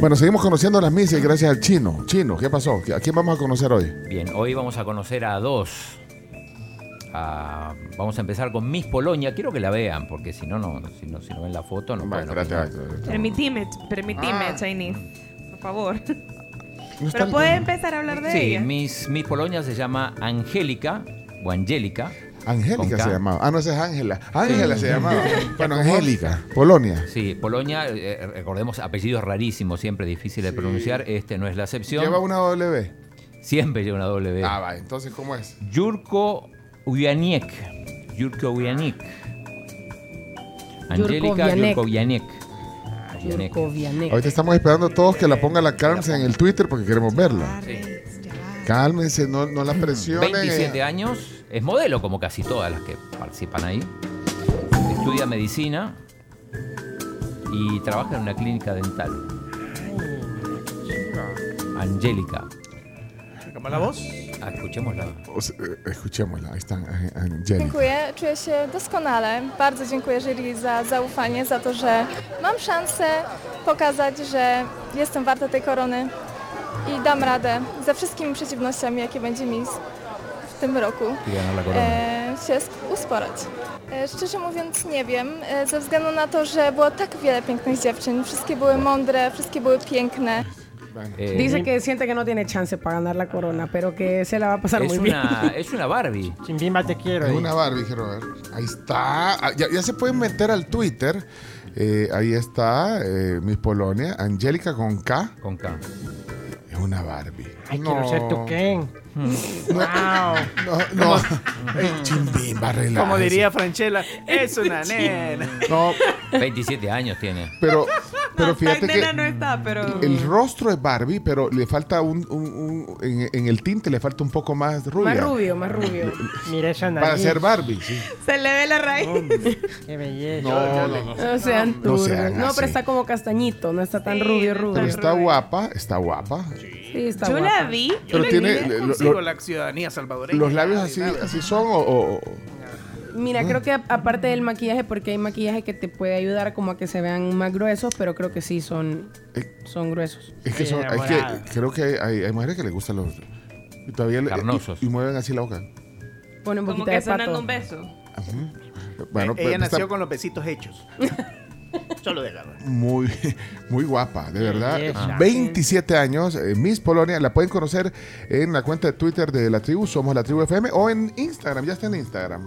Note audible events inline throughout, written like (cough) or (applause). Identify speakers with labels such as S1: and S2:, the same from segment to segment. S1: Bueno, seguimos conociendo las Misses gracias al chino. Chino, ¿qué pasó? ¿A quién vamos a conocer hoy?
S2: Bien, hoy vamos a conocer a dos. A- vamos a empezar con Miss Polonia. Quiero que la vean, porque si no, no, si no, si no ven la foto, no
S1: Bueno,
S2: pueden
S1: gracias.
S2: opinar.
S3: Permitime, permitime, Chinese. Por favor.
S1: No está-
S3: (laughs) Pero puede empezar a hablar de
S2: Sí,
S3: ella.
S2: Miss, Miss Polonia se llama Angélica o Angélica.
S1: Angélica
S2: Con
S1: se
S2: K.
S1: llamaba. Ah, no, esa es Ángela. Ángela se
S2: (laughs)
S1: llamaba. Bueno, Angélica, Polonia.
S2: Sí, Polonia, eh, recordemos, apellidos rarísimos, siempre difíciles de pronunciar. Este no es la excepción.
S1: Lleva una W.
S2: Siempre lleva una W.
S1: Ah, va, entonces, ¿cómo es?
S2: Yurko Ujaniek. Yurko Ujaniek. Angélica
S4: Ujaniek.
S2: Yurko Ujaniek.
S3: Ah,
S2: Ujaniek.
S4: Yurkovianek.
S1: Ahorita estamos esperando todos que la ponga la Carmen en el Twitter porque queremos verla. Cálmense, no, no la presionen.
S2: 27 años, es modelo como casi todas las que participan ahí. Estudia medicina y trabaja en una clínica dental. Angélica.
S5: ¿Cómo la voz?
S2: Ah, escuchémosla.
S1: O sea, eh, Escuchémosla, ahí está Ang- Angélica.
S6: Dziękuję, czuję się doskonale. Bardzo dziękuję jury za zaufanie, za to, że mam szansę pokazać, że jestem warta tej korony i dam radę ze wszystkimi przeciwnościami, jakie będzie mi z- w tym roku
S2: que ganó la corona.
S4: Eh,
S6: e, się sk- usporać. E, szczerze mówiąc nie wiem, e, ze względu na to, że było tak wiele pięknych dziewczyn. Wszystkie były mądre, wszystkie były piękne.
S2: Eh,
S4: Dice que siente que no tiene chance para ganar la corona, pero que se la va a pasar
S2: es,
S4: muy bien.
S2: una, es una Barbie.
S5: Chimbimba te quiero.
S1: Es
S5: eh.
S1: una Barbie, quiero ver. Ahí está. Ah, Ya, ya se pueden meter al Twitter. Eh, ahí está eh, Miss Polonia. Angélica con K.
S2: Con K.
S1: Es una Barbie.
S5: eh. Ay, quiero ser tu Ken.
S1: Hmm.
S5: wow.
S1: No, no. Ey, chimbimba, relájese.
S7: Como diría Franchella, es una nena.
S1: No,
S2: 27 años tiene.
S1: pero, pero
S3: No,
S1: fíjate
S3: tan nena
S1: que
S3: no está, pero.
S1: el rostro es Barbie, pero le falta un. un- un- en, en el tinte le falta un poco más rubia.
S4: (laughs) Más rubio, más rubio.
S5: Mira esa nariz.
S1: Para ser Barbie, sí.
S3: (laughs) Se le ve la raíz.
S5: Qué belleza.
S1: No, no, no.
S4: No sean
S1: No
S4: turbios.
S1: sean
S4: No,
S1: así.
S4: pero está como castañito, no está tan
S3: Sí,
S4: rubio,
S3: no
S4: rubio.
S1: Pero está
S3: Rubén.
S1: guapa, está guapa.
S4: Sí, está
S3: Yo
S4: guapa.
S3: la vi. yo
S1: Pero
S3: la
S1: tiene
S3: vi.
S1: lo-
S7: Consigo
S1: lo-
S7: la ciudadanía salvadoreña.
S1: los labios así, así son o, o- o-
S3: Mm.
S4: Mira, creo que a- aparte del maquillaje, porque hay maquillaje que te puede ayudar como a que se vean más gruesos, pero creo que sí son,
S1: Eh.
S4: son gruesos.
S1: es que
S5: Estoy
S1: son, es
S5: enamorada.
S1: que creo que hay, hay- hay mujeres que les gustan los y todavía le-
S2: Carnosos.
S1: y, y mueven así la boca.
S4: Pone
S3: Como
S4: un poquito
S3: que
S4: de
S3: están
S4: pato.
S3: dando un beso.
S1: Bueno,
S7: Ella
S1: pero está
S7: nació con los besitos hechos. Solo de la mano.
S1: muy (laughs) muy guapa, de verdad.
S2: Ah.
S5: Belleza.
S1: 27 años, eh, Miss Polonia, la pueden conocer en la cuenta de Twitter de la tribu, somos la tribu FM o en Instagram, ya está en Instagram.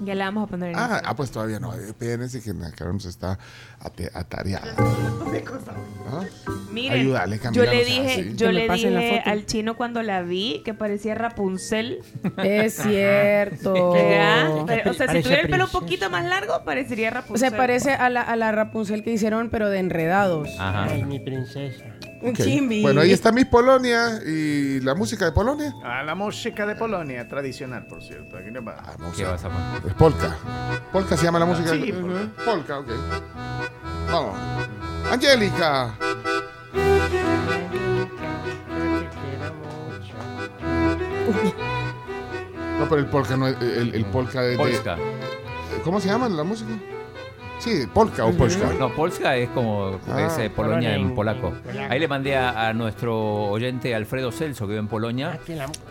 S3: Ya la vamos a poner en
S1: Ah,
S3: Instagram.
S1: ah, pues todavía no, espérense que la Karen se está ate- atareada. ¿Ah?
S3: Miren,
S1: ayúdale, Camila,
S3: yo le
S1: no seas
S3: dije,
S1: así.
S3: yo
S4: Que me
S3: le
S4: pasen la
S3: dije
S4: foto.
S3: al chino cuando la vi que parecía Rapunzel. (laughs)
S4: Es
S3: Oh.
S4: cierto.
S3: ¿verdad? Pero, O sea, si
S5: Parece
S3: tuviera el pelo un
S5: princesa.
S3: poquito más largo, parecería Rapunzel.
S4: Se parece a la, a la Rapunzel que hicieron, pero de enredados.
S2: Ajá.
S5: Ay, mi princesa.
S4: Un
S1: Ah, Ok.
S4: chimbi.
S1: Bueno, ahí está Miss Polonia y la música de Polonia.
S7: A la música de Polonia, tradicional, por cierto. Aquí no va.
S1: Ah, vamos
S2: ¿Qué
S1: a-
S2: vas a poner?
S1: Es polka. Polka se llama la música.
S7: Ah, Sí,
S1: Ujú.
S7: polka.
S1: polka, ok. Vamos. Angélica. No, pero el polka no es. El, el polka es de-
S2: Polska.
S1: ¿Cómo se llama la música? Sí, polka o polka.
S2: No, Polska es como
S1: Ah.
S2: es, eh, Polonia en
S5: Polonia en-
S2: polaco.
S5: en polaco.
S2: Ahí le mandé a, a nuestro oyente Alfredo Celso, que vive en Polonia,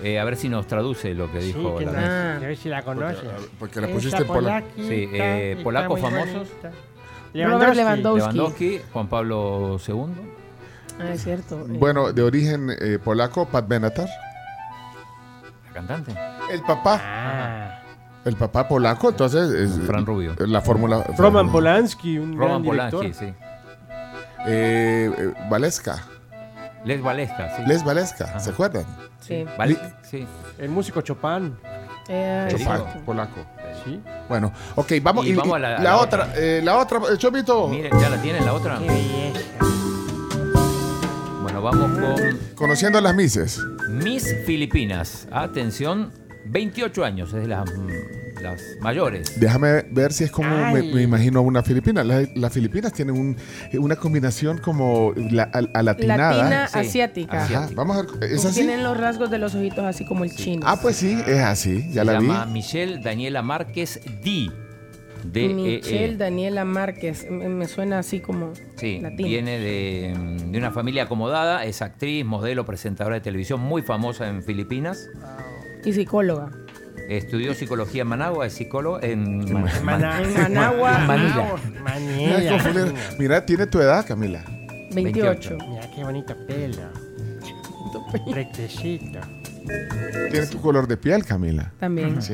S2: eh, a ver si nos traduce lo que
S5: Ah, Sí,
S2: dijo.
S5: que
S2: la-
S5: la, a ver si la conoces.
S1: Porque ah, la
S5: Esa
S1: pusiste en polaco.
S5: polaquita
S2: Sí, eh,
S5: está
S2: polacos
S5: muy
S2: famosos.
S5: bonita.
S4: Robert Lewandowski.
S2: Lewandowski, Juan Pablo II.
S4: Ah, es cierto. Eh,
S1: Bueno, de origen eh, polaco, Pat Benatar.
S2: La cantante.
S1: El papá.
S5: Ah,
S1: El papá polaco, entonces. es- eh,
S2: Fran Rubio.
S1: La fórmula.
S5: Roman Polanski, un
S2: Roman
S5: gran director.
S2: Polanski, sí.
S1: Eh, eh, Valeska.
S2: Les Valesca, sí.
S1: Les Valeska,
S2: Ajá.
S1: ¿se acuerdan?
S4: Sí.
S2: Vale- sí.
S5: El músico Chopin.
S4: Eh,
S2: Federico.
S1: Chopin,
S4: exacto.
S1: polaco.
S5: Sí.
S1: Bueno, ok, vamos.
S2: Y vamos a la- a la
S1: otra. eh, la otra, eh, Chomito.
S2: Mire, ¿ya la tienen la otra?
S5: Qué belleza.
S2: Bueno, vamos con
S1: Conociendo a las Mises.
S2: Miss Filipinas. Atención, 28 años, es de las, mm, las mayores.
S1: Déjame ver si es como me,
S5: Ay.
S1: me imagino una filipina. La- las filipinas tienen un- una combinación como la, al- alatinada.
S4: Latina
S2: Sí.
S4: asiática.
S2: Así-
S1: Ajá, vamos a ver. ¿Es así?
S4: Tienen los rasgos de los ojitos así como el chino.
S1: Ah, pues sí, es así. Ya
S2: Se
S1: la vi.
S2: llama Michelle Daniela Márquez D. D E
S4: Michelle
S2: E.
S4: Daniela Márquez. Me, me suena así como
S2: Sí,
S4: latina.
S2: viene de, mm, de una familia acomodada, es actriz, modelo, presentadora de televisión muy famosa en Filipinas.
S4: Y psicóloga.
S2: Estudió psicología en Managua, es psicólogo en Man- (laughs)
S5: Mana-
S4: En Managua.
S5: Manila.
S1: Mira,
S5: Manila.
S1: confundir. Mira, tiene tu edad, Camila.
S4: 28.
S5: Mira qué bonito pelo. Rectecito.
S1: Tiene tu color de piel, Camila.
S2: Mm.
S4: También.
S1: Sí.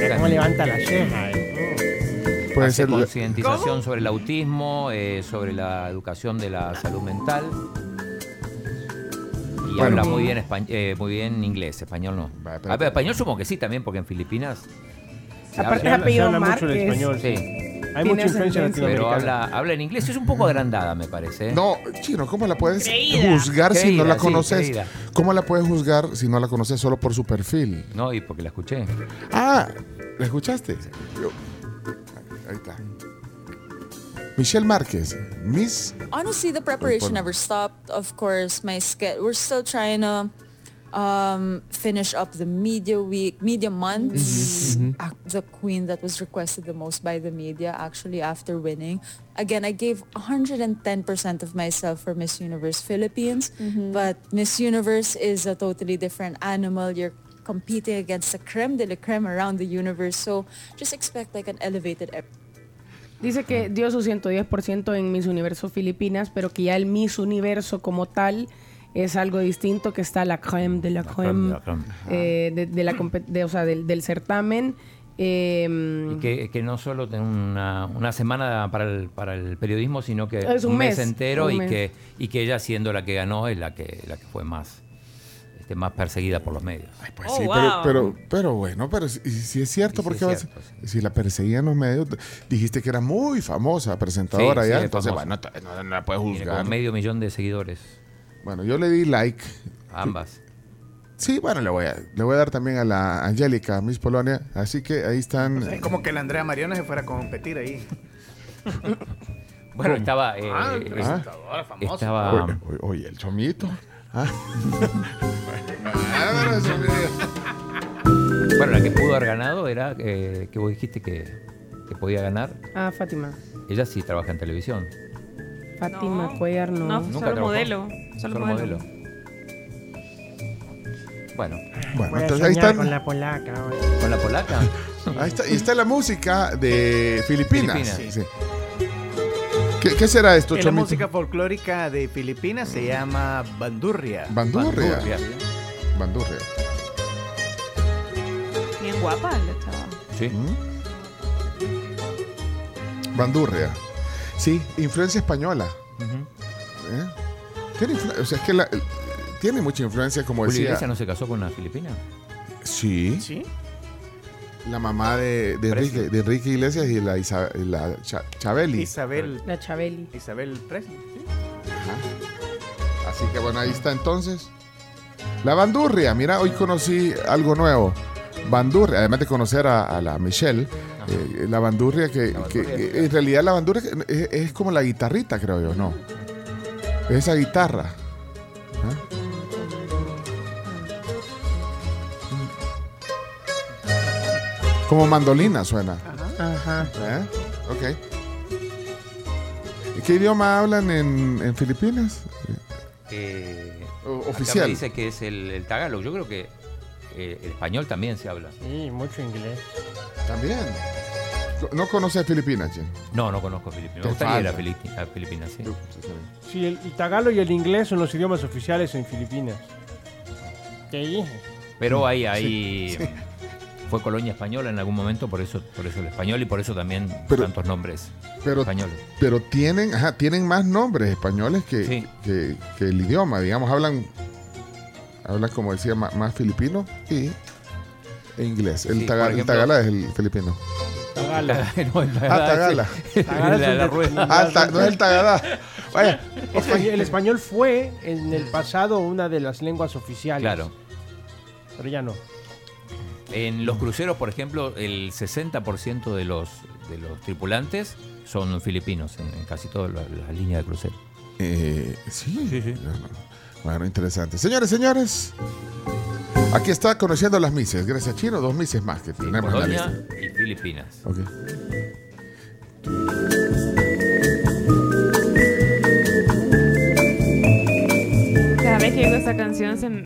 S5: Mira cómo levanta la ceja. eh.
S1: Puede
S2: Hace
S1: ser.
S2: concientización sobre el autismo, eh, sobre la educación de la salud mental. Y
S1: Bueno.
S2: habla muy bien, espa- eh, muy bien inglés, español no.
S1: Va, pero-
S2: Ah, pero español supongo que sí también, porque en Filipinas. se habla-
S4: Aparte
S5: Se habla- se
S4: apellido
S5: habla mucho el
S4: Márquez.
S5: español. sí.
S2: Sí,
S5: Mm. Hay
S4: Tiene
S5: mucha influencia
S4: ascendencia.
S2: pero
S5: latinoamericana.
S2: habla, habla en inglés. Es un poco agrandada, me parece. ¿eh?
S1: No, chino, ¿cómo la puedes
S3: Creída.
S1: juzgar si no
S2: Creída,
S1: la
S2: sí,
S1: conoces?
S2: creída.
S1: ¿Cómo la puedes juzgar si no la conoces solo por su perfil?
S2: No, y porque la escuché.
S1: Ah, ¿la escuchaste? Yo- Ahí está. Michelle Márquez, Miss.
S8: honestly the
S1: Pardon.
S8: preparation never stopped of course my sketch we're still trying to um, finish up the media week media month Ac- the queen that was requested the most by the media actually after winning again i gave 110% of myself for miss universe philippines but miss universe is a totally different animal you're competing against the creme de la creme around the universe so just expect like an elevated ep-
S4: Dice que dio su 110% en Miss Universo Filipinas, pero que ya el Miss Universo como tal es algo distinto, que está la creme de la
S2: creme de
S4: creme,
S2: la creme.
S4: eh, de, de la compet- de- o sea, del, del certamen.
S2: Y
S4: eh,
S2: que, que no solo tener una, una semana para el, para el periodismo, sino que
S4: Es un mes,
S2: entero
S4: un
S2: y,
S4: mes.
S2: Que, y que ella siendo la que ganó es la que, la que fue más, este, más perseguida por los medios.
S1: Ay, pues
S3: Oh,
S1: sí,
S3: wow.
S1: pero, pero, pero bueno, pero si, si es cierto,
S2: Sí,
S1: porque
S2: sí es
S1: vas-
S2: cierto,
S1: si la perseguían los medios, dijiste que era muy famosa presentadora
S2: Sí, sí,
S1: ya,
S2: es
S1: entonces
S2: famosa.
S1: bueno, t- no, no la puedes
S2: Tiene como
S1: juzgar.
S2: medio millón de seguidores,
S1: Bueno, yo le di like.
S2: ambas.
S1: Sí, bueno, le voy a, le voy a dar también a la Angélica, Miss Polonia. Así que ahí están.
S7: Es como que la Andrea Mariona se fuera a competir ahí.
S2: Bueno, estaba... eh,
S7: Ah,
S2: eh,
S7: presentadora famosa.
S2: estaba...
S1: eh, Oye, oye, oye, el chomito. Ah. (laughs) Ah, bueno, eso me-
S2: Bueno, la que pudo haber ganado era eh, que vos dijiste que, que podía ganar.
S4: ah, Fátima.
S2: Ella sí trabaja en televisión.
S4: Fátima
S3: No.
S4: Cuellar, no.
S3: No,
S2: Nunca
S3: solo
S2: trabajó.
S3: modelo. Solo, modelo.
S2: Bueno,
S1: Bueno,
S5: Voy a
S1: entonces ahí
S5: soñar con
S1: están.
S5: la polaca. hoy.
S2: con la
S7: (laughs)
S2: polaca.
S1: Ahí está, y está la música de Filipinas.
S2: Filipinas.
S1: Sí. ¿Qué, qué será esto,
S7: Es la
S1: Chomito?
S7: música folclórica de Filipinas se llama bandurria.
S1: Bandurria.
S2: Bandurria.
S1: Bandurria.
S3: Bien guapa la chava.
S2: Sí.
S1: ¿Mm? Bandurria. Sí, influencia española.
S2: Ujú.
S1: ¿eh? Tiene, influ- o sea, es que la- tiene mucha influencia, como
S2: Julio
S1: decía.
S2: Iglesias no se casó con una filipina.
S1: Sí.
S7: ¿Sí?
S1: La mamá de, de,
S2: Presley.
S1: Enrique, de Enrique Iglesias y la, Isa- y la Cha- Chabeli.
S7: Isabel,
S4: La Chabeli.
S7: Isabel Presley. ¿sí?
S1: Ajá. Así que bueno, ahí está entonces. La bandurria, mira, hoy conocí algo nuevo. Bandurria, además de conocer a, a la Michelle, eh, la bandurria que,
S2: La
S1: que-
S2: bandurria.
S1: que- en realidad la bandurria es, es como la guitarrita, creo yo, ¿no? Es esa guitarra. ¿Ah? Como mandolina suena.
S4: Ajá.
S1: ¿Eh? Ok. ¿Y ¿Qué idioma hablan en, en Filipinas?
S2: Eh,
S1: O-
S2: acá me
S1: oficial.
S2: dice que es el, el tagalog. Yo creo que eh, el español también se habla.
S5: Sí, mucho inglés.
S1: También. No conoces Filipinas, Jim.
S2: No, no conozco Filipinas.
S1: Te
S2: Me gustaría ir a,
S1: falta.
S2: Fili- a Filipinas, sí.
S5: Sí, el, el tagalo y el inglés son los idiomas oficiales en Filipinas. Te dije.
S2: Pero ahí, ahí fue colonia española en algún momento, por eso, por eso el español y por eso también
S1: Pero-
S2: tantos nombres
S1: Pero,
S2: españoles.
S1: pero tienen, ajá, tienen más nombres españoles que,
S2: Sí.
S1: que, que el idioma. Digamos, hablan, hablan como decía, ma- más, filipino y e inglés. El,
S2: Sí,
S1: taga-
S2: por
S1: el
S2: ejemplo-
S1: tagala es el
S2: (laughs)
S1: filipino.
S5: Tagalo.
S2: No, el
S1: Ah,
S2: tagala,
S1: tagala.
S2: sí.
S5: Tagala
S2: (laughs)
S5: es
S2: La-
S5: un
S2: la
S5: de-
S2: rueda.
S1: Ah, ta- no es el tagala. Vaya,
S5: Español- el español fue en el pasado una de las lenguas oficiales.
S2: Claro.
S5: Pero ya no.
S2: En los cruceros, por ejemplo, el 60% de los, de los tripulantes son filipinos en, en casi todas las las líneas de crucero.
S1: Eh, sí.
S2: Sí, sí.
S1: No, no. Bueno, interesante. Señores, señores. Aquí está conociendo las mises. Gracias, Chino. Dos mises más que
S2: Sí,
S1: tenemos en la
S2: Polonia
S1: lista.
S2: y Filipinas.
S1: Ok.
S3: que oigo esta canción se,